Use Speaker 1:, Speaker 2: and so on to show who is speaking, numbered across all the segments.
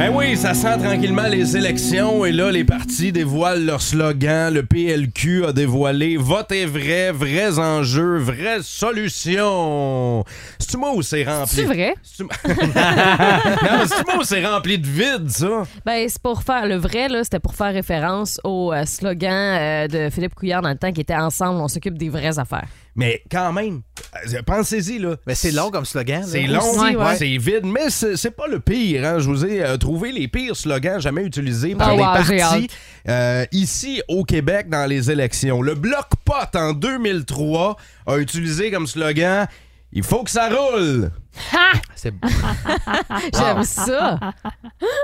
Speaker 1: Eh oui, ça sent tranquillement les élections et là, les partis dévoilent leur slogan. Le PLQ a dévoilé Votez vrai, vrais enjeux, vraies solutions. C'est-tu moi ou c'est rempli?
Speaker 2: C'est vrai?
Speaker 1: C'est-tu- non, mais c'est-tu moi ou c'est rempli de vide, ça?
Speaker 2: Ben, c'est pour faire le vrai, là, c'était pour faire référence au euh, slogan euh, de Philippe Couillard dans le temps qui était Ensemble, on s'occupe des vraies affaires.
Speaker 1: Mais quand même, euh, pensez-y, là.
Speaker 3: Mais c'est long comme slogan. là.
Speaker 1: C'est long,
Speaker 2: Aussi, ouais.
Speaker 1: c'est vide, mais c'est c'est pas le pire. hein. Je vous ai euh, trouvé les pires slogans jamais utilisés par
Speaker 2: Ah
Speaker 1: les
Speaker 2: ouais, j'ai
Speaker 1: partis
Speaker 2: hâte.
Speaker 1: euh, ici au Québec dans les élections. Le Bloc Pot en 2003 a utilisé comme slogan Il faut que ça roule.
Speaker 3: C'est
Speaker 2: J'aime ça!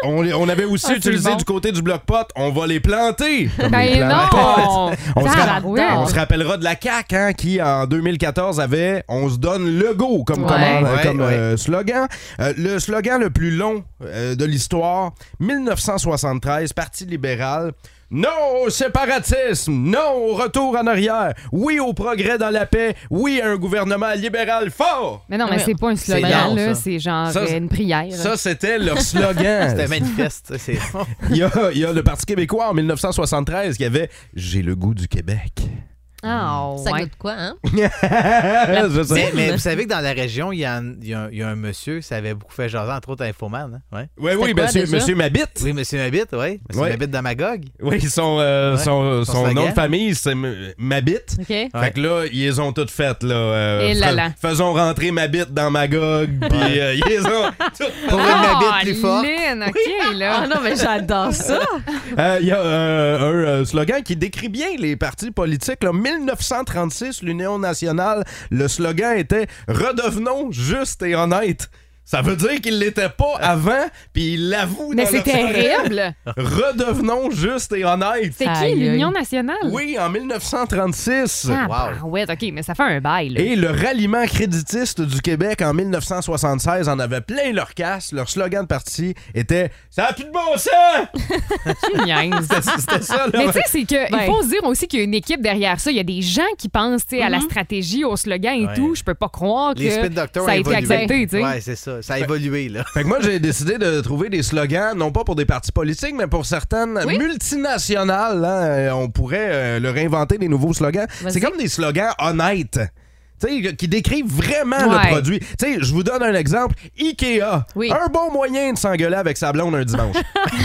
Speaker 1: On, on avait aussi
Speaker 4: Ah, c'est
Speaker 1: utilisé
Speaker 4: bon.
Speaker 1: du côté du Bloc Pot On va les planter. comme les
Speaker 4: Ben
Speaker 1: plantes.
Speaker 4: non!
Speaker 1: On se, ra-
Speaker 4: Tabarouette.
Speaker 1: on se rappellera de la CAQ, hein, qui en 2014 avait On se donne le go comme,
Speaker 2: Ouais.
Speaker 1: commande- euh,
Speaker 3: Ouais,
Speaker 1: comme,
Speaker 3: ouais.
Speaker 1: euh, slogan. Euh, le slogan le plus long euh, de l'histoire, 1973, Parti libéral. Non au séparatisme, non au retour en arrière, oui au progrès dans la paix, oui à un gouvernement libéral fort.
Speaker 4: Mais non, mais c'est pas un slogan,
Speaker 3: long,
Speaker 4: là.
Speaker 3: ça.
Speaker 4: C'est genre
Speaker 1: Ça,
Speaker 4: euh,
Speaker 1: c'est-
Speaker 4: une prière.
Speaker 1: Ça, c'était leur slogan.
Speaker 3: un manifeste. ça, C'est
Speaker 1: il, y a, il y a le Parti québécois en 1973 qui avait J'ai le goût du Québec.
Speaker 4: Ah,
Speaker 2: Ça
Speaker 4: ouais.
Speaker 2: goûte quoi, hein?
Speaker 1: Je sais.
Speaker 3: Mais, mais vous savez que dans la région, il y a un, il y a un- il y a un monsieur, ça avait beaucoup fait jaser, entre autres, Infoman. Hein? Ouais.
Speaker 1: Ouais,
Speaker 2: C'était
Speaker 1: oui,
Speaker 2: quoi,
Speaker 1: monsieur,
Speaker 2: déjà?
Speaker 1: monsieur Mabit.
Speaker 3: Oui, monsieur Mabit, oui. Monsieur
Speaker 1: Ouais.
Speaker 3: Mabit d'Amagog.
Speaker 1: Oui, son, euh,
Speaker 3: Ouais,
Speaker 1: son,
Speaker 3: son
Speaker 1: son
Speaker 3: slogan.
Speaker 1: nom de famille, c'est M- Mabit.
Speaker 2: OK.
Speaker 3: Ouais.
Speaker 1: Fait que là, ils les ont toutes faites, là. euh,
Speaker 4: Et là
Speaker 1: fais-
Speaker 4: là.
Speaker 1: Faisons rentrer Mabit dans Magog, puis euh, ils les ont toutes
Speaker 3: Pour une Mabit plus forte.
Speaker 4: Lynn, OK, là.
Speaker 2: Ah non, mais j'adore ça!
Speaker 1: Euh, Il y a euh, un euh, slogan qui décrit bien les partis politiques. En 1936, l'Union nationale, le slogan était « Redevenons justes et honnêtes ». Ça veut dire qu'ils l'étaient pas avant, puis ils l'avouent
Speaker 4: mais
Speaker 1: dans
Speaker 4: c'est
Speaker 1: leur slogan.
Speaker 4: terrible.
Speaker 1: Redevenons justes et honnêtes.
Speaker 4: C'est
Speaker 2: Aïe, aïe.
Speaker 4: qui, l'Union nationale?
Speaker 1: Oui, en 1936.
Speaker 4: Ah, ouais, OK, mais ça fait un bail, là.
Speaker 1: Et le ralliement créditiste du Québec en 1976 en avait plein leur casse. Leur slogan de parti était Ça a plus de bon sens!
Speaker 4: Tu niaises.
Speaker 1: C'était ça, là.
Speaker 4: Mais tu sais, c'est que
Speaker 2: Ouais.
Speaker 4: il faut se dire aussi qu'il y a une équipe derrière ça. Il y a des gens qui pensent tu sais, à la stratégie, au slogan et
Speaker 3: Ouais.
Speaker 4: tout. Je peux pas croire que
Speaker 3: Les spin
Speaker 4: ça
Speaker 3: doctors
Speaker 4: a été
Speaker 3: évolué.
Speaker 4: accepté. tu sais.
Speaker 3: Ouais, c'est ça. Ça a évolué, là.
Speaker 1: Fait que moi, j'ai décidé de trouver des slogans, non pas pour des partis politiques, mais pour certaines
Speaker 4: Oui.
Speaker 1: multinationales. hein. Euh, On pourrait euh, leur inventer des nouveaux slogans.
Speaker 2: Vas-y.
Speaker 1: C'est comme des slogans honnêtes. tu sais, qui décrivent vraiment le
Speaker 4: Ouais.
Speaker 1: produit. Tu sais, je vous donne un exemple. Ikea.
Speaker 2: Oui.
Speaker 1: Un bon moyen de s'engueuler avec sa blonde un dimanche.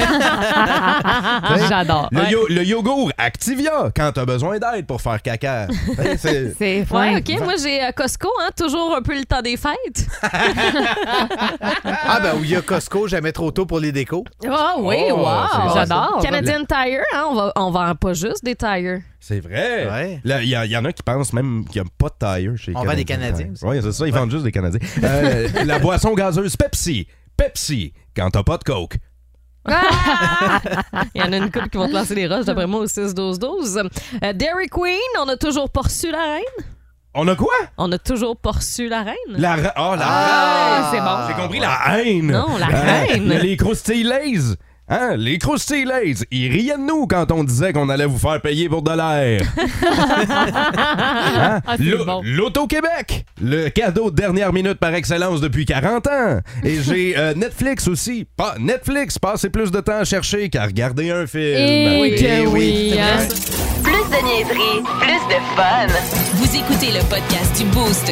Speaker 4: Ah, J'adore.
Speaker 1: Le,
Speaker 4: Ouais.
Speaker 1: yo- le yogourt Activia quand t'as besoin d'aide pour faire caca. Hein, c'est-
Speaker 4: C'est
Speaker 2: Ouais,
Speaker 4: ouais. bah,
Speaker 2: OK. Moi, j'ai euh, Costco, hein? Toujours un peu le temps des fêtes.
Speaker 3: Ah, ben, où il y a Costco, jamais trop tôt pour les décos.
Speaker 2: Ah oui,
Speaker 1: Oh, c'est
Speaker 2: wow!
Speaker 1: bon,
Speaker 4: J'adore.
Speaker 2: Canadian Tire, hein? On, va, on vend pas juste des tires.
Speaker 1: c'est vrai.
Speaker 3: Ouais.
Speaker 1: Là, Il y, a- il y en a qui pensent même qu'il n'y a pas de tailleur chez
Speaker 3: On vend des Canadiens aussi.
Speaker 1: Oui, c'est ça, ils vendent juste des Canadiens. Euh, la boisson gazeuse Pepsi. Pepsi, quand t'as pas de Coke.
Speaker 2: Ah! Il y en a une couple qui vont te lancer des roches, d'après moi, au 6-12-12. Euh, Dairy Queen, on a toujours pas reçu la reine.
Speaker 1: On a quoi?
Speaker 2: On a toujours pas reçu la reine.
Speaker 1: La ra- oh, la
Speaker 4: Ah, c'est bon.
Speaker 1: reine. J'ai compris, la haine.
Speaker 2: Non, la reine.
Speaker 1: il y a Les croustilles Lays. Hein, les croustilles Lays. Ils riaient de nous quand on disait qu'on allait vous faire payer pour de l'air. Hein?
Speaker 4: Ah, c'est
Speaker 1: L'au-
Speaker 4: bon.
Speaker 1: L'Auto-Québec, le cadeau de dernière minute par excellence depuis 40 ans. Et j'ai euh, Netflix aussi. Pas Netflix, passez plus de temps à chercher qu'à regarder un film.
Speaker 4: Et
Speaker 1: Eh
Speaker 4: que oui,
Speaker 1: c'est
Speaker 4: hein.
Speaker 1: vrai.
Speaker 5: Plus de niaiserie, plus de fun. Vous écoutez le podcast du Boost.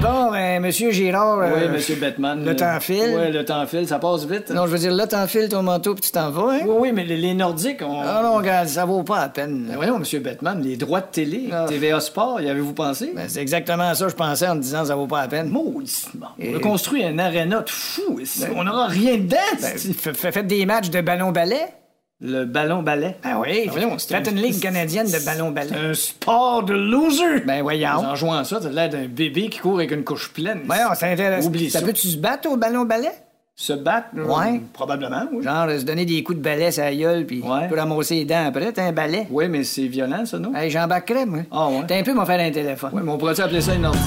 Speaker 6: Bon, ben, monsieur Girard.
Speaker 7: Oui,
Speaker 6: euh,
Speaker 7: Monsieur Bettman.
Speaker 6: Le temps file.
Speaker 7: Oui, le temps file, ça passe vite.
Speaker 6: Non, je veux dire, là, t'enfiles ton manteau puis tu t'en vas, hein?
Speaker 7: Oui, oui, mais les, les Nordiques ont.
Speaker 6: Ah non, regarde, ça vaut pas la peine. là.
Speaker 7: Voyons, Monsieur Bettman, les droits de télé,
Speaker 6: Ah.
Speaker 7: TVA Sport, y avez-vous pensé?
Speaker 6: Ben, c'est exactement ça que je pensais en te disant ça vaut pas la peine.
Speaker 7: Maudissement.
Speaker 6: Et-
Speaker 7: On a construit un aréna de fou. ici. On n'aura rien dedans.
Speaker 6: Ben,
Speaker 7: c'est-
Speaker 6: f- f- faites des matchs de ballon-ballet?
Speaker 7: Le ballon-ballet.
Speaker 6: Ben oui,
Speaker 7: voyons, Ah c'est
Speaker 6: faites
Speaker 7: un-
Speaker 6: une ligue canadienne de ballon-ballet.
Speaker 7: Un sport de loser.
Speaker 6: Ben Ben, voyons.
Speaker 7: En jouant à ça, t'as l'air d'un bébé qui court avec une couche pleine.
Speaker 6: Voyons, c'est intéressant.
Speaker 7: Oublie ça.
Speaker 6: peut-tu se battre au ballon-ballet?
Speaker 7: Se battre? euh,
Speaker 6: Ouais.
Speaker 7: Probablement, oui.
Speaker 6: Genre, euh, se donner des coups de balai sur la gueule, puis
Speaker 7: Ouais.
Speaker 6: tu peux ramasser les dents après, t'as un balai.
Speaker 7: Oui, mais c'est violent, ça, non?
Speaker 6: Hey, j'embarquerais, moi.
Speaker 7: Ah, ouais.
Speaker 6: T'as un peu, m'en faire un téléphone.
Speaker 7: Oui, mais on pourrait appeler ça une ordi?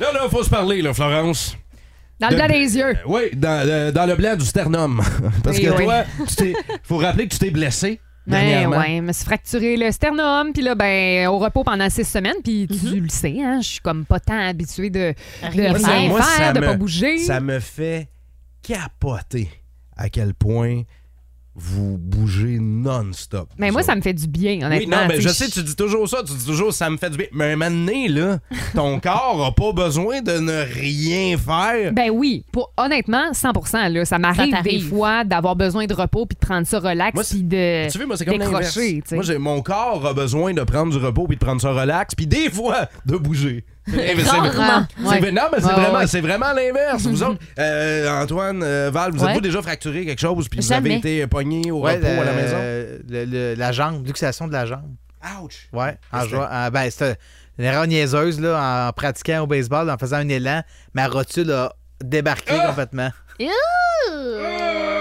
Speaker 1: Là, là, faut se parler, là, Florence.
Speaker 4: Dans le blanc des yeux.
Speaker 1: Euh, oui, dans, euh, dans le blanc du sternum. Parce que
Speaker 4: Eh Oui, oui.
Speaker 1: toi, tu t'es- faut rappeler que tu t'es blessé.
Speaker 4: Ouais,
Speaker 1: dernièrement.
Speaker 4: ouais, me suis fracturé le sternum, puis là, ben, au repos pendant six semaines, puis
Speaker 1: Mhm.
Speaker 4: tu le sais, hein, je suis comme pas tant habituée de, de
Speaker 2: Rien
Speaker 4: rien
Speaker 2: faire.
Speaker 4: faire,
Speaker 1: Moi, ça
Speaker 4: de
Speaker 1: me-
Speaker 4: pas bouger.
Speaker 1: Ça me fait capoter à quel point vous bougez non-stop.
Speaker 4: Mais
Speaker 1: vous
Speaker 4: Ben moi,
Speaker 1: autres.
Speaker 4: ça me fait du bien, honnêtement.
Speaker 1: Oui, non, mais
Speaker 4: tu
Speaker 1: je sais, tu dis toujours ça, tu dis toujours ça me fait du bien. Mais un moment donné, là, ton corps a pas besoin de ne rien faire.
Speaker 4: Ben oui, pour honnêtement, 100 là, ça m'arrive
Speaker 2: Ça
Speaker 4: des
Speaker 2: t'arrive.
Speaker 4: fois d'avoir besoin de repos puis de prendre ça
Speaker 1: Moi,
Speaker 4: relax
Speaker 1: c'est-
Speaker 4: puis de
Speaker 1: tu veux, moi, c'est comme l'inverse.
Speaker 4: décrocher, tu sais.
Speaker 1: Moi, j'ai- mon corps a besoin de prendre du repos puis de prendre ça relax, puis des fois, de bouger. C'est- c'est-
Speaker 2: Rarement.
Speaker 1: c'est-
Speaker 4: Ouais.
Speaker 1: Non, mais c'est
Speaker 4: Ouais,
Speaker 1: vraiment,
Speaker 4: ouais. Mm-hmm.
Speaker 1: c'est vraiment l'inverse. Vous autres, euh, Antoine, euh, Val, vous
Speaker 2: Ouais.
Speaker 1: avez-vous déjà fracturé quelque chose puis vous
Speaker 2: Jamais.
Speaker 1: avez été pogné au
Speaker 3: Ouais,
Speaker 1: repos à la
Speaker 3: le-
Speaker 1: maison?
Speaker 3: le- le- la jambe, luxation de la jambe.
Speaker 1: Ouch!
Speaker 3: Ouais, en
Speaker 1: C'était-
Speaker 3: jouant- en- ben, c'était une erreur niaiseuse, là, en pratiquant au baseball, en faisant un élan, ma rotule a débarqué
Speaker 1: Ah!
Speaker 3: complètement.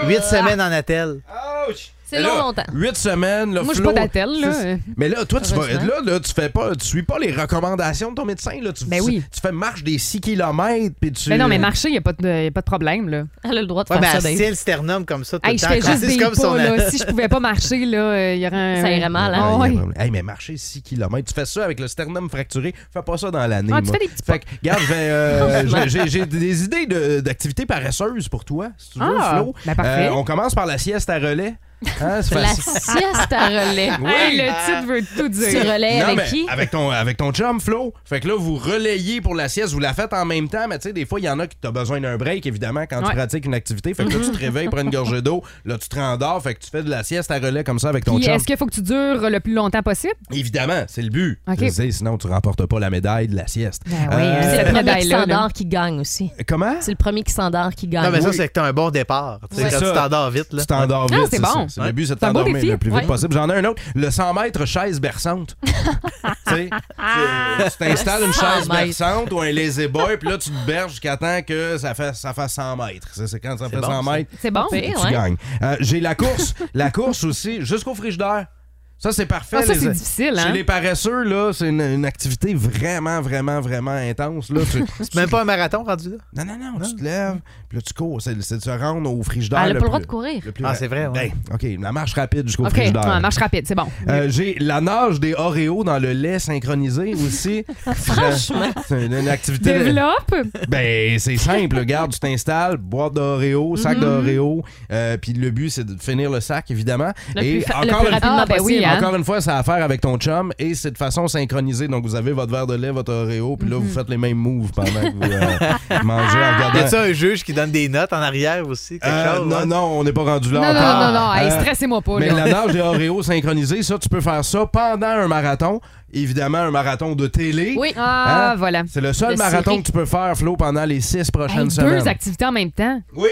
Speaker 3: Huit semaines en attel.
Speaker 4: Ah!
Speaker 1: Ouch!
Speaker 2: C'est
Speaker 1: Mais là,
Speaker 2: long, longtemps.
Speaker 1: Huit semaines, là,
Speaker 4: Moi, je suis
Speaker 1: Flo,
Speaker 4: pas d'attel, là.
Speaker 1: c'est- Mais là, toi, tu vas,
Speaker 2: Heureusement.
Speaker 1: là, là, tu fais pas, tu suis pas les recommandations de ton médecin, là. Tu,
Speaker 4: Ben
Speaker 1: tu-
Speaker 4: oui.
Speaker 1: tu fais marche des 6 km, puis tu.
Speaker 4: Mais Ben non, mais marcher, il n'y a, pas de- y a pas de problème, là.
Speaker 2: Elle a le droit de
Speaker 3: Ouais,
Speaker 2: faire ça,
Speaker 3: mais
Speaker 1: ben,
Speaker 3: elle
Speaker 2: Dave.
Speaker 3: style sternum comme ça tout
Speaker 4: Hey,
Speaker 3: le
Speaker 4: je
Speaker 3: temps.
Speaker 4: fais
Speaker 3: comme-
Speaker 4: juste
Speaker 3: c'est
Speaker 4: des
Speaker 3: comme
Speaker 4: pas,
Speaker 3: son-
Speaker 4: là. Si je pouvais pas marcher, là, euh, il y aurait un...
Speaker 2: Ça irait mal,
Speaker 1: Ah,
Speaker 2: hein?
Speaker 4: Ah,
Speaker 1: il y a
Speaker 4: ouais.
Speaker 1: problème. Hey, mais marcher 6 km, tu fais ça avec le sternum fracturé, fais pas ça dans l'année.
Speaker 4: Ah, tu
Speaker 1: moi.
Speaker 4: fais des petits
Speaker 1: Fait que, regarde, je vais, euh, j'ai- j'ai- j'ai des idées de- d'activités paresseuses pour toi, si tu veux,
Speaker 4: Ah,
Speaker 1: Flo. Euh,
Speaker 4: ben parfait.
Speaker 1: on commence par la sieste à relais. Hein, c'est
Speaker 2: La
Speaker 1: facile.
Speaker 2: sieste à relais.
Speaker 1: Oui.
Speaker 4: Hey, le titre veut tout
Speaker 2: Tu
Speaker 4: dire.
Speaker 2: relais
Speaker 1: Non,
Speaker 2: avec
Speaker 1: mais
Speaker 2: qui?
Speaker 1: Avec ton, avec ton chum, Flo. Fait que là, vous relayez pour la sieste, vous la faites en même temps, mais tu sais, des fois, il y en a qui t'as besoin d'un break, évidemment, quand
Speaker 4: Ouais.
Speaker 1: tu pratiques une activité. Fait que là, tu te réveilles, prends une gorgée d'eau, là, tu te rendors, fait que tu fais de la sieste à relais comme ça avec ton
Speaker 4: Puis
Speaker 1: chum.
Speaker 4: est-ce qu'il faut que tu dures le plus longtemps possible?
Speaker 1: Évidemment, c'est le but.
Speaker 4: Ok.
Speaker 1: Je sais, sinon, tu remportes pas la médaille de la sieste.
Speaker 4: Ben
Speaker 1: oui, Euh, hein.
Speaker 2: C'est
Speaker 4: cette
Speaker 2: le premier qui
Speaker 4: médaille-là, là.
Speaker 2: s'endort qui gagne aussi.
Speaker 1: Comment?
Speaker 2: C'est le premier qui s'endort qui gagne.
Speaker 3: Non, mais ça,
Speaker 1: Oui.
Speaker 3: c'est que t'as un bon départ. Tu sais,
Speaker 1: Ouais.
Speaker 3: quand
Speaker 1: C'est ça.
Speaker 3: tu t'endors vite, là.
Speaker 1: Tu t'endors vite.
Speaker 4: Ah, c'est
Speaker 1: c'est
Speaker 4: bon.
Speaker 1: ça. C'est- Le but, c'est de
Speaker 4: C'est un beau
Speaker 1: t'endormir
Speaker 4: défi.
Speaker 1: le plus vite
Speaker 4: Ouais.
Speaker 1: possible. J'en ai un autre. Le 100 mètres chaise berçante. tu sais, tu- tu t'installes une
Speaker 2: 100
Speaker 1: chaise
Speaker 2: mètres.
Speaker 1: berçante ou un lazy boy, puis là, tu te berges jusqu'à temps que ça fasse, ça fasse 100 mètres. Ça, C'est quand ça fait
Speaker 3: bon,
Speaker 1: 100
Speaker 3: ça.
Speaker 1: mètres,
Speaker 4: C'est bon?
Speaker 2: Parfait.
Speaker 1: tu
Speaker 2: ouais.
Speaker 1: gagnes. Euh, J'ai la course. la course aussi, jusqu'au frigidaire. Ça, c'est parfait.
Speaker 4: Ah, ça,
Speaker 1: les-
Speaker 4: c'est difficile,
Speaker 1: Chez
Speaker 4: hein?
Speaker 1: les paresseux, là, c'est une, une activité vraiment, vraiment, vraiment intense. Là, tu,
Speaker 3: C'est même pas un marathon rendu là.
Speaker 1: Non, non, non, tu te lèves, puis là, tu cours. C'est c'est de se rendre au frigidaire.
Speaker 2: Elle a
Speaker 1: le
Speaker 2: pas le droit
Speaker 1: plus-
Speaker 2: de courir.
Speaker 1: le plus
Speaker 3: Ah,
Speaker 1: ra-
Speaker 3: c'est vrai, ouais.
Speaker 1: Ben, OK, la marche rapide jusqu'au
Speaker 4: OK,
Speaker 1: frigidaire.
Speaker 4: ah, marche rapide, c'est bon.
Speaker 1: Euh, J'ai la nage des Oreos dans le lait synchronisé aussi. Franchement. C'est une, une activité.
Speaker 4: Développe!
Speaker 1: Ben, c'est simple. Regarde, tu t'installes, boîte d'Oreo,
Speaker 2: Mhm.
Speaker 1: sac d'Oreo. euh, Puis le but, c'est de finir le sac, évidemment.
Speaker 2: Le
Speaker 1: et
Speaker 2: plus fa- le
Speaker 1: encore,
Speaker 2: plus
Speaker 1: une,
Speaker 2: rapidement
Speaker 4: Ah, ben oui,
Speaker 2: possible.
Speaker 4: hein.
Speaker 1: encore une fois, ça a à faire avec ton chum. Et c'est de façon synchronisée. Donc, vous avez votre verre de lait, votre Oreo. Puis là,
Speaker 2: Mhm.
Speaker 1: vous faites les mêmes moves pendant que vous euh, mangez en
Speaker 3: Y
Speaker 1: regardant.
Speaker 3: a-tu un juge qui donne des notes en arrière aussi? Quelque
Speaker 1: Euh,
Speaker 3: chose? hein?
Speaker 1: non,
Speaker 3: ouais?
Speaker 1: non, on n'est pas rendu là
Speaker 4: Non, non,
Speaker 1: encore.
Speaker 4: non, non, hey,
Speaker 1: Ah, Euh,
Speaker 4: stressez-moi pas,
Speaker 1: Mais
Speaker 4: là.
Speaker 1: la nage des Oreo synchronisée, ça, tu peux faire ça pendant un marathon. Évidemment, un marathon de télé.
Speaker 2: Oui.
Speaker 4: Ah,
Speaker 1: Hein?
Speaker 4: voilà.
Speaker 1: C'est le seul
Speaker 2: De
Speaker 1: marathon
Speaker 2: série.
Speaker 1: que tu peux faire, Flo, pendant les six
Speaker 4: Hey,
Speaker 1: prochaines semaines.
Speaker 4: deux activités en même temps.
Speaker 1: Oui.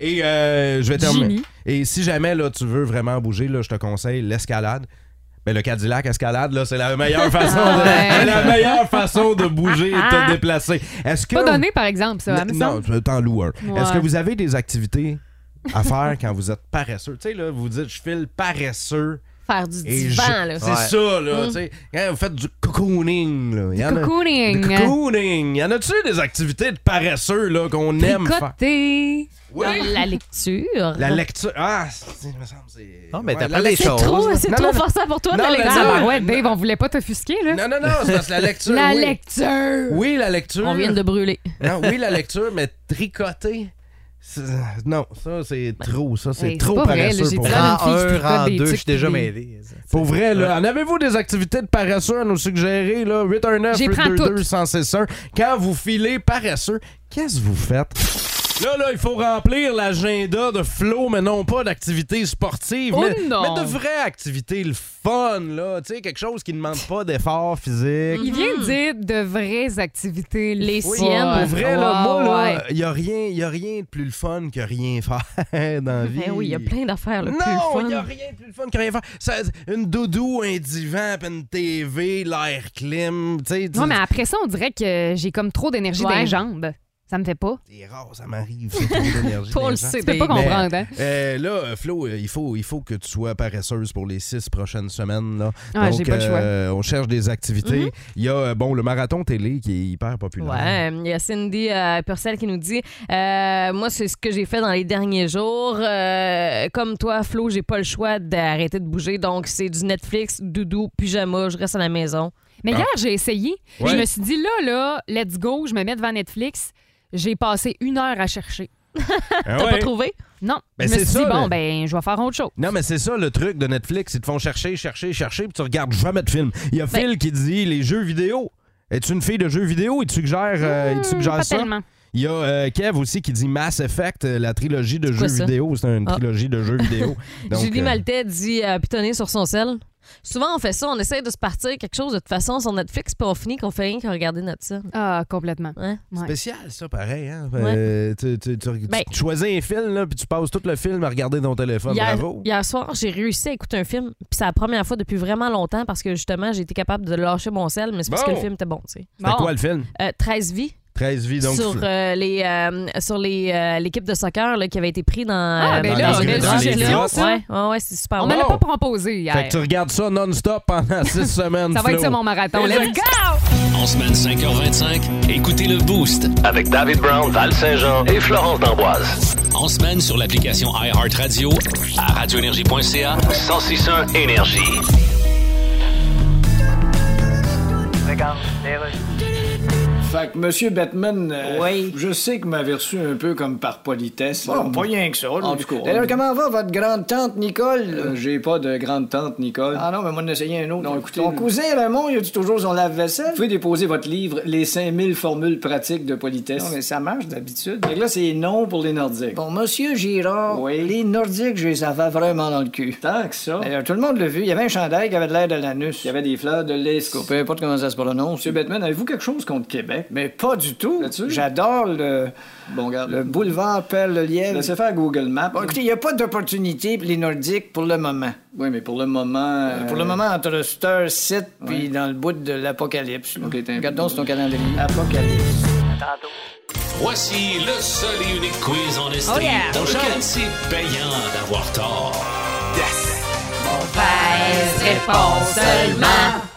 Speaker 1: Et euh, je vais terminer.
Speaker 4: Jimmy.
Speaker 1: Et si jamais là, tu veux vraiment bouger, là, je te conseille l'escalade. Mais le Cadillac escalade, là, c'est la meilleure façon de,
Speaker 4: Ah, ouais. Ah,
Speaker 1: la meilleure façon de bouger et de te déplacer. Est-ce que
Speaker 4: Pas donné, par exemple, ça.
Speaker 1: N-
Speaker 4: me
Speaker 1: Oh. Non,
Speaker 4: semble.
Speaker 1: je t'en loue un.
Speaker 4: Ouais.
Speaker 1: Est-ce que vous avez des activités à faire quand vous êtes paresseux? Tu sais, là, vous dites, je file paresseux.
Speaker 2: Faire du
Speaker 1: Et
Speaker 2: divan,
Speaker 1: je-
Speaker 2: là.
Speaker 1: C'est
Speaker 3: Ouais.
Speaker 1: ça, là.
Speaker 4: Mm.
Speaker 1: tu sais. Hein, vous faites du cocooning, là. Il y en a-
Speaker 4: Cocooning.
Speaker 1: Du cocooning. Y en a-tu des activités de paresseux, là, qu'on aime faire?
Speaker 4: Tricoter.
Speaker 1: Oui.
Speaker 2: Dans La lecture.
Speaker 1: La lecture. Ah, c'est- il me semble que c'est.
Speaker 3: Non, mais
Speaker 1: Ouais,
Speaker 3: t'as
Speaker 1: la
Speaker 3: pas les
Speaker 1: lecture-
Speaker 2: C'est
Speaker 3: choses.
Speaker 2: trop, c'est
Speaker 1: Non,
Speaker 2: trop
Speaker 1: non, non.
Speaker 2: forçant pour toi,
Speaker 1: Non,
Speaker 2: la
Speaker 1: mais
Speaker 2: lecture.
Speaker 1: non.
Speaker 4: Ah, ouais, Dave, on voulait pas t'offusquer, là.
Speaker 1: Non, non, non, c'est parce que la lecture.
Speaker 4: La
Speaker 1: oui.
Speaker 4: lecture!
Speaker 1: Oui, la lecture.
Speaker 2: On vient de brûler.
Speaker 1: Non, oui, la lecture, mais tricoter. c'est- Non, ça, c'est trop. Ça, c'est
Speaker 4: Ben, Hey, c'est
Speaker 1: trop
Speaker 4: pas vrai, là,
Speaker 1: paresseux
Speaker 4: j'ai
Speaker 1: pour
Speaker 4: dit
Speaker 1: moi.
Speaker 4: la-
Speaker 3: Rang
Speaker 4: une fille qui
Speaker 3: 1,
Speaker 4: tricote
Speaker 3: rang
Speaker 4: des
Speaker 3: 2, je suis
Speaker 4: trucs
Speaker 3: déjà
Speaker 4: des-
Speaker 3: mêlé.
Speaker 1: Pour vrai, là, en avez-vous des activités de paresseux à nous suggérer? Là? 819
Speaker 4: J'y prends
Speaker 1: 822
Speaker 4: toutes.
Speaker 1: 1061 Quand vous filez paresseux, qu'est-ce que vous faites? Là, là, il faut remplir l'agenda de flow, mais non pas d'activités sportives.
Speaker 4: Oh
Speaker 1: mais,
Speaker 4: non!
Speaker 1: mais de vraies activités, le fun, là. Tu sais, quelque chose qui ne demande pas d'effort physique.
Speaker 4: Il vient de dire de vraies activités. le
Speaker 2: Mm, Mhm. Les
Speaker 4: fun.
Speaker 2: siennes.
Speaker 1: Pour vrai, là,
Speaker 4: Ouais,
Speaker 1: moi,
Speaker 4: ouais.
Speaker 1: là, euh, il n'y a, rien- y a rien de plus le fun que rien faire dans la vie.
Speaker 4: Eh
Speaker 2: Ben oui, il y a plein d'affaires, là.
Speaker 1: Non,
Speaker 2: plus
Speaker 1: il
Speaker 2: le
Speaker 1: n'y a
Speaker 2: fun.
Speaker 1: rien de plus le fun que rien faire. Ça- une doudou, un divan, puis une TV, l'air clim. tu sais, tu-
Speaker 4: Non, mais après ça, on dirait que j'ai comme trop d'énergie
Speaker 2: Ouais.
Speaker 4: dans les jambes. Ça me fait pas.
Speaker 1: C'est rare, ça m'arrive. c'est trop d'énergie
Speaker 2: Toi, on
Speaker 1: des
Speaker 2: le
Speaker 1: gens.
Speaker 2: sait.
Speaker 4: Tu peux pas
Speaker 2: Dave.
Speaker 1: Mais-
Speaker 4: comprendre, hein?
Speaker 1: Euh, là, euh, Flo, euh, il faut, il faut que tu sois paresseuse pour les six prochaines semaines. Là.
Speaker 4: Ah, j'ai
Speaker 1: Donc,
Speaker 4: pas le choix.
Speaker 1: euh, on cherche des activités. Il y a euh, bon, le marathon télé qui est hyper populaire. Hein?
Speaker 2: Ouais, il y a Cindy euh, Purcell qui nous dit euh, Moi, c'est ce que j'ai fait dans les derniers jours. Euh, comme toi, Flo, j'ai pas le choix d'arrêter de bouger. Donc, c'est du Netflix, doudou, pyjama, je reste à la maison.
Speaker 4: Mais
Speaker 1: Ah.
Speaker 4: hier, j'ai essayé.
Speaker 1: Ouais.
Speaker 4: Je me suis dit, là, là, let's go, je me mets devant Netflix. J'ai passé une heure à chercher.
Speaker 1: Ah
Speaker 2: T'as pas
Speaker 1: ouais.
Speaker 2: trouvé?
Speaker 4: Non.
Speaker 1: Ben,
Speaker 4: je me
Speaker 1: c'est
Speaker 4: suis
Speaker 1: ça,
Speaker 4: dit, bon,
Speaker 1: le-
Speaker 4: ben, je vais faire autre chose.
Speaker 1: Non, mais c'est ça le truc de Netflix. Ils te font chercher, chercher, chercher, puis tu regardes jamais de film. Il y a
Speaker 2: Ben-
Speaker 1: Phil qui dit les jeux vidéo. Es-tu une fille de jeux vidéo? Il te suggère, euh, il te
Speaker 4: Hmm,
Speaker 1: suggère
Speaker 4: pas
Speaker 1: ça.
Speaker 4: tellement.
Speaker 1: Il y a euh, Kev aussi qui dit Mass Effect, euh, la trilogie de
Speaker 2: C'est quoi
Speaker 1: jeux
Speaker 2: ça?
Speaker 1: vidéo. C'est une
Speaker 2: Ah.
Speaker 1: trilogie de jeux vidéo. Donc,
Speaker 2: Julie
Speaker 1: euh,
Speaker 2: Maltais dit euh, pitonner sur son sel. Souvent, on fait ça, on essaie de se partir quelque chose de toute façon sur Netflix, puis on finit qu'on fait rien qu'à regarder notre sel.
Speaker 4: Ah, complètement.
Speaker 2: Hein?
Speaker 4: Ouais.
Speaker 1: Spécial, ça, pareil. Hein?
Speaker 2: Ouais.
Speaker 1: Euh, tu, tu- tu- tu
Speaker 2: Ben-
Speaker 1: choisis un film, là, puis tu passes tout le film à regarder ton téléphone.
Speaker 2: Hier,
Speaker 1: Ah, Bravo.
Speaker 2: hier soir, j'ai réussi à écouter un film, puis c'est la première fois depuis vraiment longtemps parce que justement, j'ai été capable de lâcher mon sel, mais c'est parce
Speaker 1: Bon.
Speaker 2: que le film était bon, tu sais.
Speaker 1: C'était
Speaker 4: Bon.
Speaker 1: quoi le film?
Speaker 2: Euh, 13 vies.
Speaker 1: 13 vies, donc.
Speaker 2: sur euh, les euh, sur les euh, l'équipe de soccer là, qui avait été pris dans
Speaker 4: Ah,
Speaker 2: euh,
Speaker 4: ben
Speaker 1: dans
Speaker 4: là,
Speaker 1: les-
Speaker 4: belle
Speaker 1: dans les
Speaker 4: suggestion,
Speaker 1: grottes.
Speaker 4: ça.
Speaker 2: Ouais, ouais, ouais, c'est super
Speaker 4: On
Speaker 2: bon.
Speaker 4: me l'a
Speaker 1: Bon.
Speaker 4: pas proposé
Speaker 1: Ah, Fait que
Speaker 4: hier.
Speaker 1: tu regardes ça non-stop pendant 6 semaines.
Speaker 4: Ça va être
Speaker 1: Flo.
Speaker 4: ça, mon marathon. Let's go!
Speaker 8: En semaine 5h25, écoutez le Boost.
Speaker 9: Avec David Brown, Val Saint-Jean et Florence D'Amboise.
Speaker 8: En semaine sur l'application iHeartRadio à radioénergie.ca.
Speaker 9: 1061 Énergie.
Speaker 7: Fait que Monsieur Batman, euh,
Speaker 6: Oui.
Speaker 7: je sais que vous m'avez reçu un peu comme par politesse. là.
Speaker 6: Bon, pas rien que ça. là.
Speaker 7: En tout cas.
Speaker 6: D'ailleurs, comment va votre grande-tante Nicole?
Speaker 7: Euh, J'ai pas de grande tante, Nicole.
Speaker 6: Ah non, mais moi, on essayé un autre.
Speaker 7: Non, écoutez,
Speaker 6: Ton
Speaker 7: le-
Speaker 6: cousin Raymond, il a dit toujours son
Speaker 7: Vous
Speaker 6: lave-vaisselle?
Speaker 7: pouvez déposer votre livre Les 5000 formules pratiques de politesse.
Speaker 6: Non, mais ça marche d'habitude.
Speaker 7: Fait que là, c'est non pour les Nordiques.
Speaker 6: Bon, monsieur Girard,
Speaker 7: Oui.
Speaker 6: les Nordiques, je les avais vraiment dans le cul.
Speaker 7: Tant que ça.
Speaker 6: D'ailleurs, tout le monde l'a vu, il y avait un chandail qui avait de l'air de l'anus.
Speaker 7: Il y avait des fleurs de lys.
Speaker 6: Peu importe comment ça se prononce.
Speaker 7: Monsieur Batman, avez-vous quelque chose contre Québec?
Speaker 6: Mais pas du tout.
Speaker 7: Là-dessus?
Speaker 6: J'adore le,
Speaker 7: Bon, regarde.
Speaker 6: le boulevard Perle-Lièvre.
Speaker 7: Laissez faire Google Maps.
Speaker 6: Bon, écoutez, il n'y a pas d'opportunité pour les Nordiques pour le moment.
Speaker 7: Oui, mais pour le moment.
Speaker 6: Euh,
Speaker 7: euh,
Speaker 6: Pour le moment, entre Star 7 puis dans le bout de l'apocalypse. là.
Speaker 7: Ok, t'es un peu-
Speaker 6: Regarde donc sur ton calendrier.
Speaker 7: Apocalypse.
Speaker 8: Voici le seul et unique quiz en estrie dans lequel c'est payant d'avoir tort.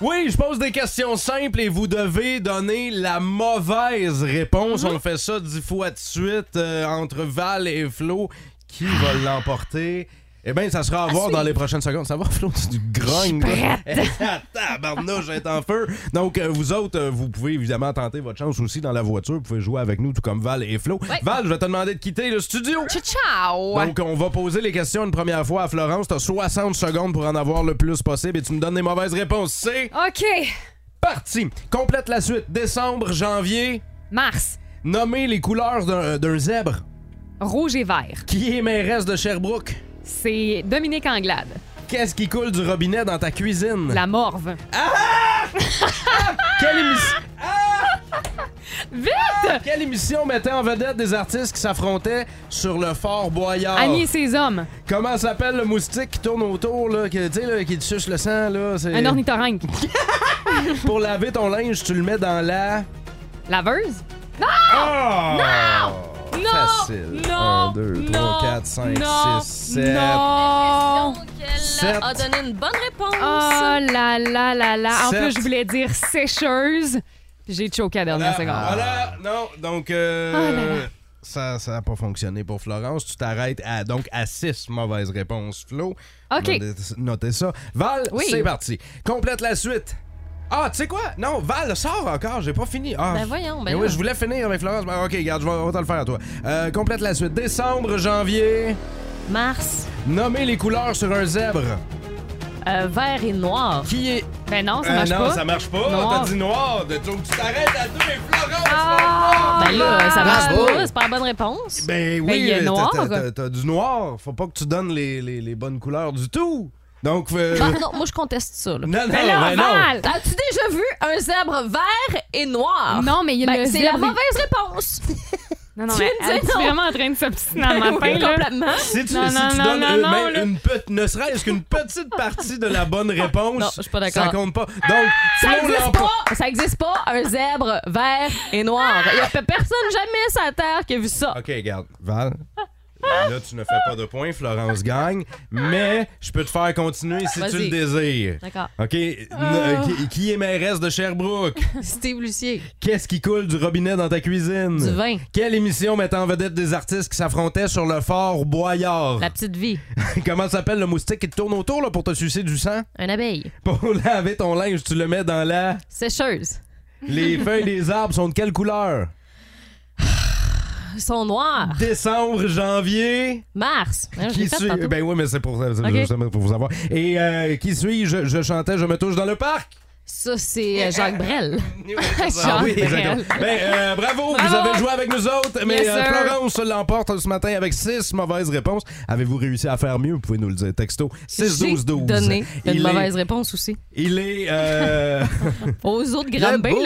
Speaker 1: Oui, je pose des questions simples et vous devez donner la mauvaise réponse. On fait ça dix fois de suite euh, entre Val et Flo. Qui va l'emporter? Eh bien, ça sera à voir dans les prochaines secondes. Ça va, Flo? Tu grognes. Ah, Tabarnouche, est en feu. Donc, euh, vous autres, euh, vous pouvez évidemment tenter votre chance aussi dans la voiture. Vous pouvez jouer avec nous, tout comme Val et Flo. Val, je vais te demander de quitter le studio.
Speaker 4: Ciao!
Speaker 1: Donc, on va poser les questions une première fois à Florence. Tu as 60 secondes pour en avoir le plus possible et tu me donnes les mauvaises réponses. C'est...
Speaker 4: OK.
Speaker 1: Parti. Complète la suite. Décembre, janvier.
Speaker 4: Mars,
Speaker 1: Nommez les couleurs d'un- d'un zèbre.
Speaker 4: rouge et vert.
Speaker 1: Qui est mairesse de Sherbrooke?
Speaker 4: C'est Dominique Anglade.
Speaker 1: Qu'est-ce qui coule du robinet dans ta cuisine?
Speaker 4: La morve.
Speaker 1: Quelle, émis- Ah!
Speaker 4: Vite!
Speaker 1: Quelle émission mettait en vedette des artistes qui s'affrontaient sur le fort Boyard?
Speaker 4: Annie et ses hommes.
Speaker 1: Comment s'appelle le moustique qui tourne autour, là, que, tu sais, là, qui te suce le sang? Là, c'est-
Speaker 4: Un ornithorynque.
Speaker 1: Pour laver ton linge, tu le mets dans la...
Speaker 4: Laveuse.
Speaker 1: Oh!
Speaker 4: Non!
Speaker 1: Facile.
Speaker 4: Non!
Speaker 1: 1, 2, 3,
Speaker 4: Non!
Speaker 1: 4, 5,
Speaker 4: Non!
Speaker 1: 6, 7,
Speaker 4: Non!
Speaker 2: Donc, elle
Speaker 1: Sept.
Speaker 2: a donné une bonne réponse.
Speaker 4: Oh là là là là. En
Speaker 1: Sept.
Speaker 4: plus, je voulais dire sécheuse. Puis j'ai choqué à la dernière
Speaker 1: Voilà,
Speaker 4: seconde.
Speaker 1: voilà, non, donc euh,
Speaker 4: Ah là là.
Speaker 1: ça n'a pas fonctionné pour Florence. Tu t'arrêtes à donc à 6 mauvaises réponses, Flo.
Speaker 4: OK.
Speaker 1: Notez, notez ça. Val,
Speaker 4: Oui.
Speaker 1: c'est parti. Complète la suite. Ah, tu sais quoi? Non, Val, sors encore, j'ai pas fini. Ah,
Speaker 2: Ben voyons,
Speaker 1: mais
Speaker 2: ben
Speaker 1: oui,
Speaker 2: là.
Speaker 1: je voulais finir avec Florence. Ben, ok, garde, je vais, on va te le faire à toi. Euh, complète la suite. Décembre, janvier,
Speaker 2: Mars,
Speaker 1: nommer les couleurs sur un zèbre.
Speaker 2: euh, vert et noir.
Speaker 1: Qui est.
Speaker 4: Ben non, ça
Speaker 1: Euh,
Speaker 4: marche
Speaker 1: non,
Speaker 4: pas.
Speaker 1: ça marche pas.
Speaker 4: Noir.
Speaker 1: T'as dit noir. De- Donc, tu t'arrêtes à deux et Florence.
Speaker 4: Ah!
Speaker 2: Ben là, ça marche
Speaker 3: Bravo.
Speaker 2: pas, c'est pas la bonne réponse.
Speaker 1: Ben oui,
Speaker 4: Mais il y a
Speaker 1: t'as-
Speaker 4: noir.
Speaker 1: t'as- T'as, t'as du noir. Faut pas que tu donnes les, les- les bonnes couleurs du tout. Donc, euh,
Speaker 2: Ah, non, moi je conteste ça. là.
Speaker 1: non, non,
Speaker 4: Ben là,
Speaker 1: ben non.
Speaker 4: Val!
Speaker 2: As-tu déjà vu un zèbre vert et noir?
Speaker 4: Non, mais il y a
Speaker 2: Ben,
Speaker 4: le
Speaker 2: c'est la
Speaker 4: zèbre-
Speaker 2: mauvaise réponse.
Speaker 4: Non, non,
Speaker 2: Tu
Speaker 4: mais
Speaker 2: viens de
Speaker 4: elle
Speaker 2: dire
Speaker 4: est
Speaker 2: non.
Speaker 4: vraiment en train de s'obstiner à matin,
Speaker 2: Oui,
Speaker 4: là.
Speaker 2: complètement.
Speaker 1: Si tu,
Speaker 4: Non,
Speaker 1: si
Speaker 4: non,
Speaker 1: tu
Speaker 4: non,
Speaker 1: donnes
Speaker 4: non,
Speaker 1: eux-mêmes
Speaker 4: non, là.
Speaker 1: une pe- ne serait-ce qu'une petite partie de la bonne réponse,
Speaker 2: Non, je suis pas d'accord.
Speaker 1: ça compte pas. Donc,
Speaker 2: Ça
Speaker 1: Flo
Speaker 2: existe
Speaker 1: l'emporte.
Speaker 2: pas! Ça existe pas, un zèbre vert et noir. Il y a pe- personne jamais sur la Terre qui a vu ça.
Speaker 1: OK, regarde, Val. Là, tu ne fais pas de points, Florence gagne, mais je peux te faire continuer si tu
Speaker 2: Vas-y.
Speaker 1: le désires.
Speaker 2: D'accord.
Speaker 1: OK, n- euh, qui- qui est mairesse de Sherbrooke?
Speaker 2: Steve Lucier,
Speaker 1: Qu'est-ce qui coule du robinet dans ta cuisine?
Speaker 2: du vin,
Speaker 1: Quelle émission met en vedette des artistes qui s'affrontaient sur le fort Boyard?
Speaker 2: la petite vie,
Speaker 1: Comment s'appelle le moustique qui te tourne autour là, pour te sucer du sang?
Speaker 2: un abeille,
Speaker 1: Pour laver ton linge, tu le mets dans la...
Speaker 2: sécheuse,
Speaker 1: Les feuilles des arbres sont de quelle couleur?
Speaker 2: son noir,
Speaker 1: Décembre, janvier.
Speaker 2: Mars. Hein, je l'ai
Speaker 1: Qui
Speaker 2: fait
Speaker 1: suis...
Speaker 2: tantôt.
Speaker 1: Ben oui, mais c'est pour, c'est justement pour vous avoir. Et euh, qui suis-je? Je chantais Je me touche dans le parc.
Speaker 2: Ça, c'est euh, Jacques Brel.
Speaker 1: Ah
Speaker 4: Jean
Speaker 1: oui,
Speaker 4: Brel.
Speaker 1: exactement. Ben, euh, bravo, vous
Speaker 4: Bravo.
Speaker 1: avez joué avec nous autres. Mais
Speaker 4: Yes,
Speaker 1: euh,
Speaker 4: sir.
Speaker 1: Florence l'emporte ce matin avec six mauvaises réponses. Avez-vous réussi à faire mieux? Vous pouvez nous le dire. Texto
Speaker 2: J'ai
Speaker 1: 6-12-12.
Speaker 2: donné une
Speaker 1: il, est,
Speaker 2: mauvaise réponse aussi.
Speaker 1: il est. euh,
Speaker 2: Aux autres
Speaker 3: Le
Speaker 2: grimbés,
Speaker 3: boost.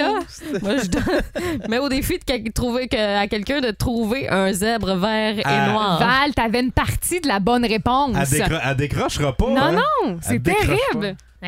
Speaker 2: là, moi, je donne... Mais au défi de quel- trouver que... à quelqu'un de trouver un zèbre vert
Speaker 1: À-
Speaker 2: et noir.
Speaker 4: Val, t'avais une partie de la bonne réponse. Ah
Speaker 1: elle, décro- elle décrochera pas.
Speaker 4: Non,
Speaker 1: hein?
Speaker 4: non, c'est
Speaker 1: Elle décroche
Speaker 4: terrible.
Speaker 2: Ça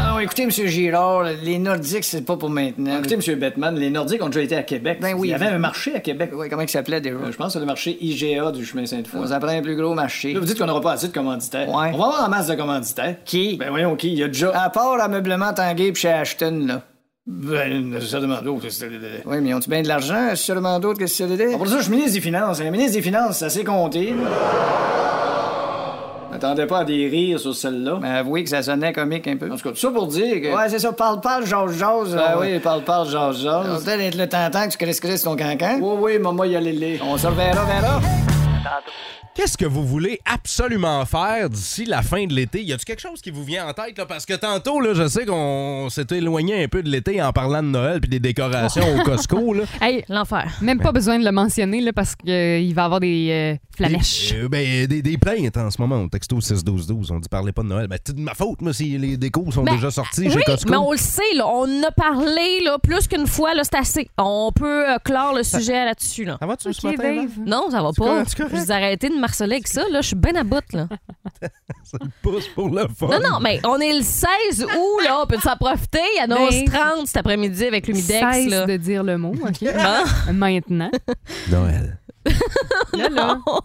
Speaker 6: Ah, écoutez, M. Girard, les Nordiques, c'est pas pour maintenant.
Speaker 7: Écoutez, M. Bettman, les Nordiques ont déjà été à Québec.
Speaker 6: Ben oui.
Speaker 7: Il y avait un marché à Québec.
Speaker 6: Oui, comment il s'appelait déjà?
Speaker 7: Euh, Je pense que c'est le marché IGA du chemin Sainte-Foy.
Speaker 6: On
Speaker 7: Là,
Speaker 6: s'en prend un plus gros marché.
Speaker 7: vous dites qu'on n'aura pas assez de commanditaires.
Speaker 6: Ouais.
Speaker 7: On va avoir en masse de commanditaires.
Speaker 6: Qui?
Speaker 7: Ben voyons qui, il y a déjà...
Speaker 6: À part ameublement Tanguay pis chez Ashton, là.
Speaker 7: Ben, ça demande d'autres. c'est-
Speaker 6: Oui, mais ils ont-tu bien de l'argent? Sûrement d'autres que CDD?
Speaker 7: Ah, Pour ça, je suis ministre des Finances. Un ministre des Finances, ça s'est compté. N'attendez pas à des rires sur celle-là.
Speaker 6: Mais avouez que ça sonnait comique un peu.
Speaker 7: En tout cas, tout ça pour dire que...
Speaker 6: Ouais, c'est ça. Parle, parle, jase, jase.
Speaker 7: ah
Speaker 6: euh,
Speaker 7: oui, parle, parle, genre,
Speaker 6: On va
Speaker 7: genre.
Speaker 6: peut-être être le tentant que tu connaisses Chris ton cancan.
Speaker 7: Oui, oui, maman, y allait les...
Speaker 6: On se reverra, verra.
Speaker 1: Qu'est-ce que vous voulez absolument faire d'ici la fin de l'été? Y a-tu quelque chose qui vous vient en tête? Là? Parce que tantôt, là, je sais qu'on s'est éloigné un peu de l'été en parlant de Noël puis des décorations au Costco. Là.
Speaker 4: Hey,
Speaker 2: L'enfer.
Speaker 4: même pas besoin de le mentionner, là, parce qu'il va y avoir des euh, flamèches.
Speaker 1: Des, euh, ben, des, des plaintes en ce moment. Au texto 6-12-12, on dit parlez pas de Noël. Ben, c'est de ma faute, moi, si les décos sont
Speaker 2: Mais-
Speaker 1: déjà sortis
Speaker 2: Ben, oui,
Speaker 1: chez Costco.
Speaker 2: mais on le sait, là, on en a parlé là, plus qu'une fois, là, c'est assez. On peut euh, clore le sujet là-dessus. Là.
Speaker 1: Ça va-tu ce
Speaker 4: Ok,
Speaker 3: tá
Speaker 4: ben,
Speaker 1: matin? là?
Speaker 4: Dave.
Speaker 2: Non, ça va pas.
Speaker 1: correct, c'est correct. Ah,
Speaker 2: Je vous arrêtez de marceler avec ça. Là, je suis ben à bout. Là.
Speaker 1: Pousse pour le fun.
Speaker 2: Non, non, mais on est le 16 août. Là, on peut s'en profiter. Il y en a
Speaker 4: Mais-
Speaker 2: 11h30 cet après-midi avec l'humidex.
Speaker 4: Cesse
Speaker 2: Là.
Speaker 4: de dire le mot, OK?
Speaker 2: Hein?
Speaker 4: Maintenant.
Speaker 1: Noël.
Speaker 4: Là, là.
Speaker 1: Non,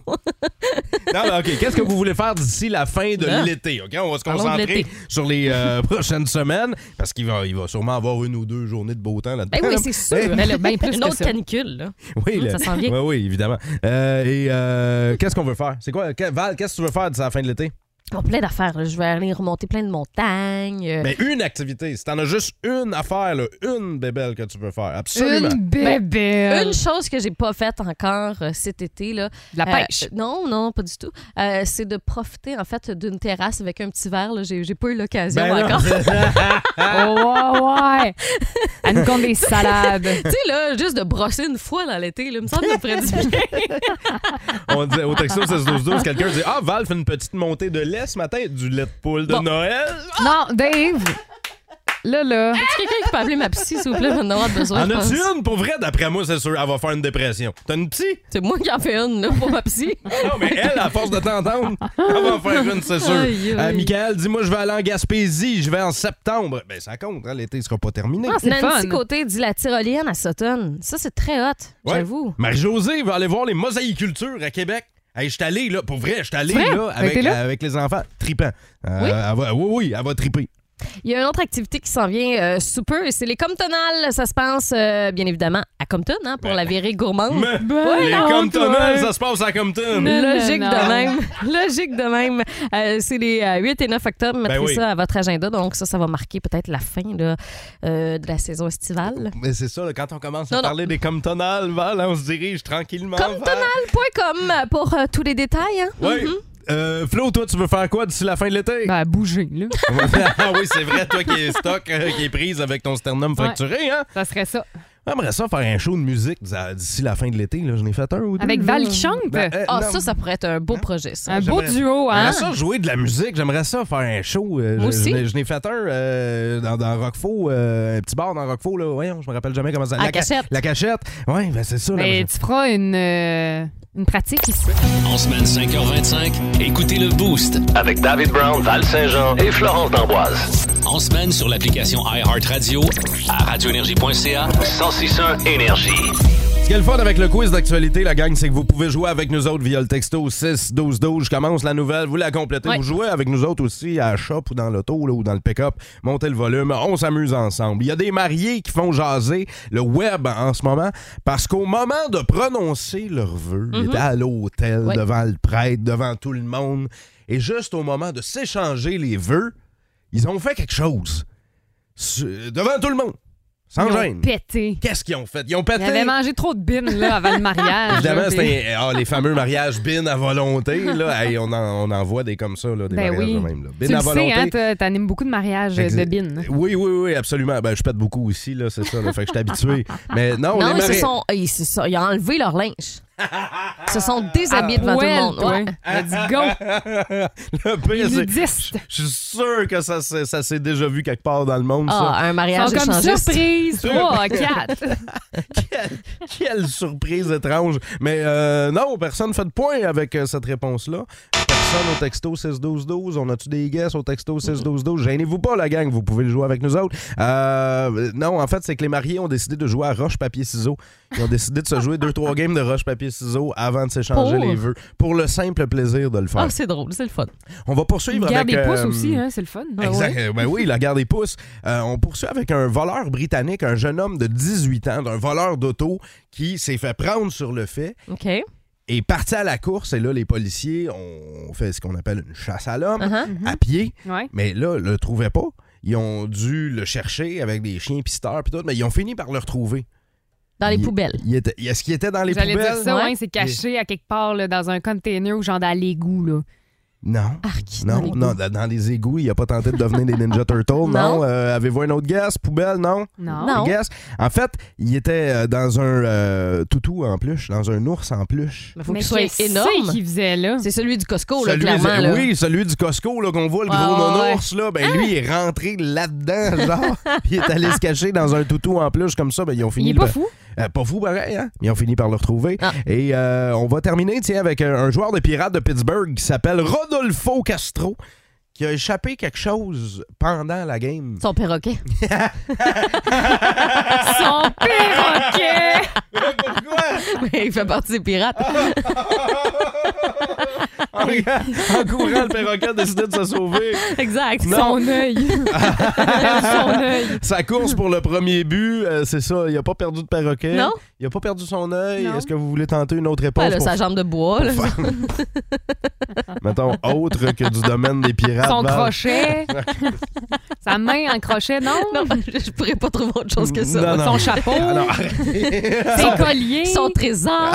Speaker 1: mais OK. Qu'est-ce que vous voulez faire d'ici la fin de
Speaker 2: Là.
Speaker 1: l'été? OK? On va se
Speaker 2: Parlons de
Speaker 1: concentrer
Speaker 2: l'été.
Speaker 1: sur les euh, prochaines semaines parce qu'il va, il va sûrement avoir une ou deux journées de beau temps là-dedans.
Speaker 2: Ben oui,
Speaker 1: là.
Speaker 2: c'est sûr.
Speaker 1: Eh,
Speaker 4: Mais là, ben plus
Speaker 2: Une
Speaker 4: que
Speaker 2: autre
Speaker 4: ça.
Speaker 2: canicule. Là.
Speaker 1: Oui,
Speaker 2: Hum,
Speaker 1: le-
Speaker 2: ça s'en vient.
Speaker 1: Oui, oui, évidemment. Euh, et euh, qu'est-ce qu'on veut faire? C'est quoi? que- Val, qu'est-ce que tu veux faire d'ici la fin de l'été?
Speaker 2: Bon, plein d'affaires. là. Je vais aller remonter plein de montagnes. euh,
Speaker 1: Ben, une activité. Si t'en as juste une à faire, là, une bébelle que tu peux faire. Absolument.
Speaker 4: Une bébelle.
Speaker 2: Une chose que j'ai pas faite encore euh, cet été, là,
Speaker 4: De la
Speaker 2: Euh,
Speaker 4: pêche.
Speaker 2: euh, non, non, pas du tout. Euh, c'est de profiter, en fait, d'une terrasse avec un petit verre. là. J'ai j'ai pas eu l'occasion
Speaker 1: Ben non.
Speaker 2: encore. tu
Speaker 4: Oh, ouais, ouais. Elle nous compte des salades.
Speaker 2: sais, là, juste de brosser une fois dans l'été, là, me semble que ça me ferait du bien.
Speaker 1: On dit, au texto 16-12-12, quelqu'un dit Ah, Val fait une petite montée de lait ce matin, du lait de poule de
Speaker 2: Bon.
Speaker 1: Noël.
Speaker 4: Non, Dave. Là, là.
Speaker 2: Est-ce quelqu'un qui peut appeler ma psy, s'il vous plaît? Je vais en avoir besoin,
Speaker 1: en
Speaker 2: je pense.
Speaker 1: as-tu une pour vrai? D'après moi, c'est sûr, elle va faire une dépression. T'as une psy?
Speaker 2: C'est moi qui en fais une, là, pour ma psy.
Speaker 4: Ah,
Speaker 1: Non, mais elle, à force de t'entendre, elle va en faire une, c'est sûr.
Speaker 2: Aïe, aïe.
Speaker 1: Euh, Michael, dis-moi, je vais aller en Gaspésie, je vais en septembre. Ben, ça compte, hein, l'été sera pas terminé.
Speaker 4: Ah, c'est le
Speaker 2: Nancy
Speaker 4: fun.
Speaker 2: Côté dit la tyrolienne à Sutton. Ça, c'est très hot,
Speaker 1: Ouais.
Speaker 2: j'avoue.
Speaker 1: Marie-Josée va aller voir les mosaïcultures à Québec. Hey, je suis allé, là, pour vrai, je suis allé,
Speaker 4: C'est vrai?
Speaker 1: là,
Speaker 4: T'as
Speaker 1: avec,
Speaker 4: été là?
Speaker 1: avec les enfants, tripant. Euh, Elle
Speaker 2: Oui?
Speaker 1: va, oui, oui, elle va triper.
Speaker 2: Il y a une autre activité qui s'en vient euh, sous peu, et c'est les Comptonales. Ça se passe, euh, bien évidemment, à Compton, hein, pour
Speaker 1: Ben.
Speaker 2: la virée gourmande.
Speaker 1: Mais
Speaker 4: Ben
Speaker 1: les
Speaker 4: non,
Speaker 1: Comptonnels,
Speaker 4: toi.
Speaker 1: ça se passe à Compton.
Speaker 4: Mais
Speaker 2: Logique
Speaker 4: non.
Speaker 2: de même. Logique de même. Euh, c'est les euh, 8 et 9 octobre. Mettez
Speaker 1: Ben oui.
Speaker 2: ça à votre agenda. Donc, ça, ça va marquer peut-être la fin là, euh, de la saison estivale.
Speaker 1: Mais c'est ça, là, quand on commence à
Speaker 2: Non, non.
Speaker 1: parler des Comptonnels, Val, hein, on se dirige tranquillement. vers-
Speaker 2: Comptonal.com pour euh, tous les détails. hein.
Speaker 1: Ouais.
Speaker 2: Mhm.
Speaker 1: Euh, Flo, toi, tu veux faire quoi d'ici la fin de l'été?
Speaker 4: Ben, bouger, là.
Speaker 1: ah oui, c'est vrai, toi qui est stock, euh, qui est prise avec ton sternum fracturé, hein?
Speaker 4: Ça serait ça.
Speaker 1: J'aimerais ça faire un show de musique d'a- d'ici la fin de l'été. là. J'en ai fait un ou deux.
Speaker 4: Avec
Speaker 1: là.
Speaker 4: Val qui chante.
Speaker 1: Ben, euh,
Speaker 2: Ah,
Speaker 1: non. Hein?
Speaker 2: ça, ça pourrait être un beau projet, ça.
Speaker 4: un beau
Speaker 1: j'aimerais-
Speaker 4: duo,
Speaker 1: J'aimerais
Speaker 4: hein?
Speaker 1: ça jouer de la musique, j'aimerais ça faire un show. Euh,
Speaker 2: Moi
Speaker 1: je-
Speaker 2: aussi.
Speaker 1: Je, n'ai- je n'ai fait un euh, dans, dans Rockfo, euh, un petit bar dans Rockfo, là. Voyons, je me rappelle jamais comment ça
Speaker 2: À
Speaker 1: ca-
Speaker 2: Cachette.
Speaker 1: La cachette. Oui, ben c'est ça. là.
Speaker 4: Mais tu feras une, euh, une pratique ici.
Speaker 8: En semaine 5h25, écoutez le Boost.
Speaker 9: Avec David Brown, Val Saint-Jean et Florence d'Amboise.
Speaker 8: En semaine sur l'application iHeartRadio à radioénergie.ca.
Speaker 9: 1061 Énergie.
Speaker 1: Ce qui est le fun avec le quiz d'actualité, la gang, c'est que vous pouvez jouer avec nous autres via le texto 6 12 12. Je commence la nouvelle, vous la complétez.
Speaker 2: Ouais.
Speaker 1: Vous jouez avec nous autres aussi à la shop ou dans l'auto là, ou dans le pick-up. Montez le volume, on s'amuse ensemble. Il y a des mariés qui font jaser le web en ce moment parce qu'au moment de prononcer leur vœu, ils étaient à l'hôtel,
Speaker 2: Ouais.
Speaker 1: devant le prêtre, devant tout le monde. Et juste au moment de s'échanger les vœux, ils ont fait quelque chose. Su- devant tout le monde. Sans
Speaker 4: Ils ont
Speaker 1: gêne.
Speaker 4: Pété.
Speaker 1: Qu'est-ce qu'ils ont fait? Ils ont pété.
Speaker 4: Il avait mangé trop de bines là, avant le mariage.
Speaker 1: Évidemment,
Speaker 4: là, puis-
Speaker 1: c'était ah, les fameux mariages bin à volonté. Là. Hey, on, en, on en voit des comme ça, là, des
Speaker 4: Ben
Speaker 1: mariages
Speaker 4: oui.
Speaker 1: de même. Là. Bin
Speaker 4: Tu
Speaker 1: à
Speaker 4: le sais,
Speaker 1: volonté.
Speaker 4: hein, t'a- t'animes beaucoup de mariages euh, de
Speaker 1: Exact.
Speaker 4: bines.
Speaker 1: oui, oui, oui, absolument. Ben, je pète beaucoup aussi, là, c'est ça. là. fait que je suis habitué. Mais non, les
Speaker 2: non, ils se
Speaker 1: mariages-
Speaker 2: sont. Ils, se sont- ils ont enlevé leur linge. Ils se sont
Speaker 1: Ah,
Speaker 2: déshabillés devant
Speaker 4: Poil,
Speaker 2: tout le
Speaker 4: toi.
Speaker 2: monde. Ah, Ouais.
Speaker 4: Let's go.
Speaker 1: Le pire,
Speaker 4: Ils
Speaker 1: Ah, c'est-
Speaker 4: nudistes.
Speaker 1: Je suis sûr que ça, s'est- ça s'est déjà vu quelque part dans le monde,
Speaker 2: Ah,
Speaker 1: ça.
Speaker 2: un
Speaker 4: Ils
Speaker 2: mariage
Speaker 4: sont comme
Speaker 2: échangiste.
Speaker 4: surprise. 3, 4.
Speaker 1: Quelle surprise étrange. Mais euh, non, personne ne fait de point avec euh, cette réponse-là. Personne au texto 6-12-12. On a-tu des guesses au texto 6-12-12? Gênez-vous pas, la gang. Vous pouvez le jouer avec nous autres. Euh, non, en fait, c'est que les mariés ont décidé de jouer à roche-papier-ciseaux. Ils ont décidé de se jouer deux trois games de roche-papier-ciseaux avant de s'échanger
Speaker 2: Pour?
Speaker 1: les vœux. Pour le simple plaisir de le faire.
Speaker 2: Ah, c'est drôle, c'est le fun.
Speaker 1: On va poursuivre
Speaker 4: Garde
Speaker 1: avec...
Speaker 4: des pouces
Speaker 1: euh,
Speaker 4: aussi, hein, c'est le fun.
Speaker 1: Exact. Euh, Ben oui, la garde des pouces. Euh, on poursuit avec un voleur britannique, un jeune homme de 18 ans, d'un voleur d'auto qui s'est fait prendre sur le fait
Speaker 2: OK.
Speaker 1: et parti à la course. Et là, les policiers ont fait ce qu'on appelle une chasse à l'homme,
Speaker 2: Uh-huh.
Speaker 1: à pied.
Speaker 4: Ouais.
Speaker 1: Mais là, le trouvaient pas. Ils ont dû le chercher avec des chiens pisteurs puis tout, mais ils ont fini par le retrouver.
Speaker 2: Dans les
Speaker 1: Il-
Speaker 2: poubelles.
Speaker 1: Il était- Est-ce qu'il était dans les
Speaker 4: J'allais
Speaker 1: poubelles?
Speaker 4: dire ça,
Speaker 2: ouais.
Speaker 4: hein, c'est caché à quelque part là, dans un container ou genre dans l'égout. Là.
Speaker 1: Non.
Speaker 2: Arc, dans
Speaker 1: Non,
Speaker 2: les
Speaker 1: non, dans dans les égouts, il a pas tenté de devenir des Ninja Turtles, non.
Speaker 2: Non.
Speaker 1: Euh, Avez-vous un autre guess? Poubelle, non?
Speaker 4: Non.
Speaker 2: Non.
Speaker 1: I guess. En fait, il était euh, dans un euh, toutou en pluche, dans un ours en pluche.
Speaker 2: Il faut
Speaker 4: Mais
Speaker 2: qu'il soit
Speaker 4: qu'est-ce
Speaker 2: énorme.
Speaker 4: qu'il faisait là?
Speaker 2: C'est celui du Costco, Oh, là,
Speaker 1: Celui-
Speaker 2: clairement. là.
Speaker 1: Oui, celui du Costco là, qu'on voit, le
Speaker 2: Ouais,
Speaker 1: gros
Speaker 2: ouais, Ah! ouais.
Speaker 1: non-ours, là, ben lui, il est rentré là-dedans, genre, puis il est allé se cacher dans un toutou en pluche comme ça, ben ils ont fini
Speaker 4: Il est pas
Speaker 1: le-
Speaker 4: fou.
Speaker 1: Euh, pas fou, pareil, hein? Ils ont fini par le retrouver.
Speaker 2: Ah.
Speaker 1: Et euh, on va terminer, tiens, avec un, un joueur de pirates de Pittsburgh qui s'appelle Rodolfo Castro, qui a échappé quelque chose pendant la game.
Speaker 2: Son perroquet.
Speaker 4: Son perroquet!
Speaker 1: Pourquoi?
Speaker 2: il fait partie des pirates.
Speaker 1: en, Ah hein? en courant, le perroquet a décidé de se sauver.
Speaker 2: exact.
Speaker 1: Non.
Speaker 4: Son œil. Son œil.
Speaker 1: Sa course pour le premier but, euh, c'est ça. Il a pas perdu de perroquet.
Speaker 2: Non.
Speaker 1: Il a pas perdu son œil.
Speaker 4: Non.
Speaker 1: Est-ce que vous voulez tenter une autre réponse?
Speaker 2: Ouais, là,
Speaker 1: pour-
Speaker 2: sa jambe de bois. là.
Speaker 1: Mettons, autre que du domaine des pirates.
Speaker 4: Son
Speaker 1: Val.
Speaker 4: crochet. Sa main en crochet, non?
Speaker 2: Non, je pourrais pas trouver autre chose que
Speaker 1: Non,
Speaker 2: ça.
Speaker 1: non.
Speaker 4: Son chapeau.
Speaker 1: Ah, non, arrête.
Speaker 4: Ses colliers.
Speaker 2: Son trésor.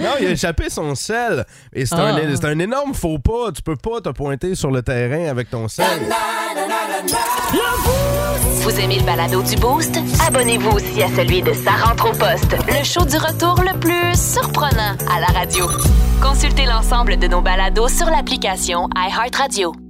Speaker 1: Non, il a échappé son sel. Et c'est
Speaker 2: Ah.
Speaker 1: un, c'est un énorme faux pas. Tu peux pas te pointer sur le terrain avec ton sel.
Speaker 5: Vous aimez le balado du Boost? Abonnez-vous aussi à celui de Sa rentre au poste, le show du retour le plus surprenant à la radio. Consultez l'ensemble de nos balados sur l'application iHeartRadio.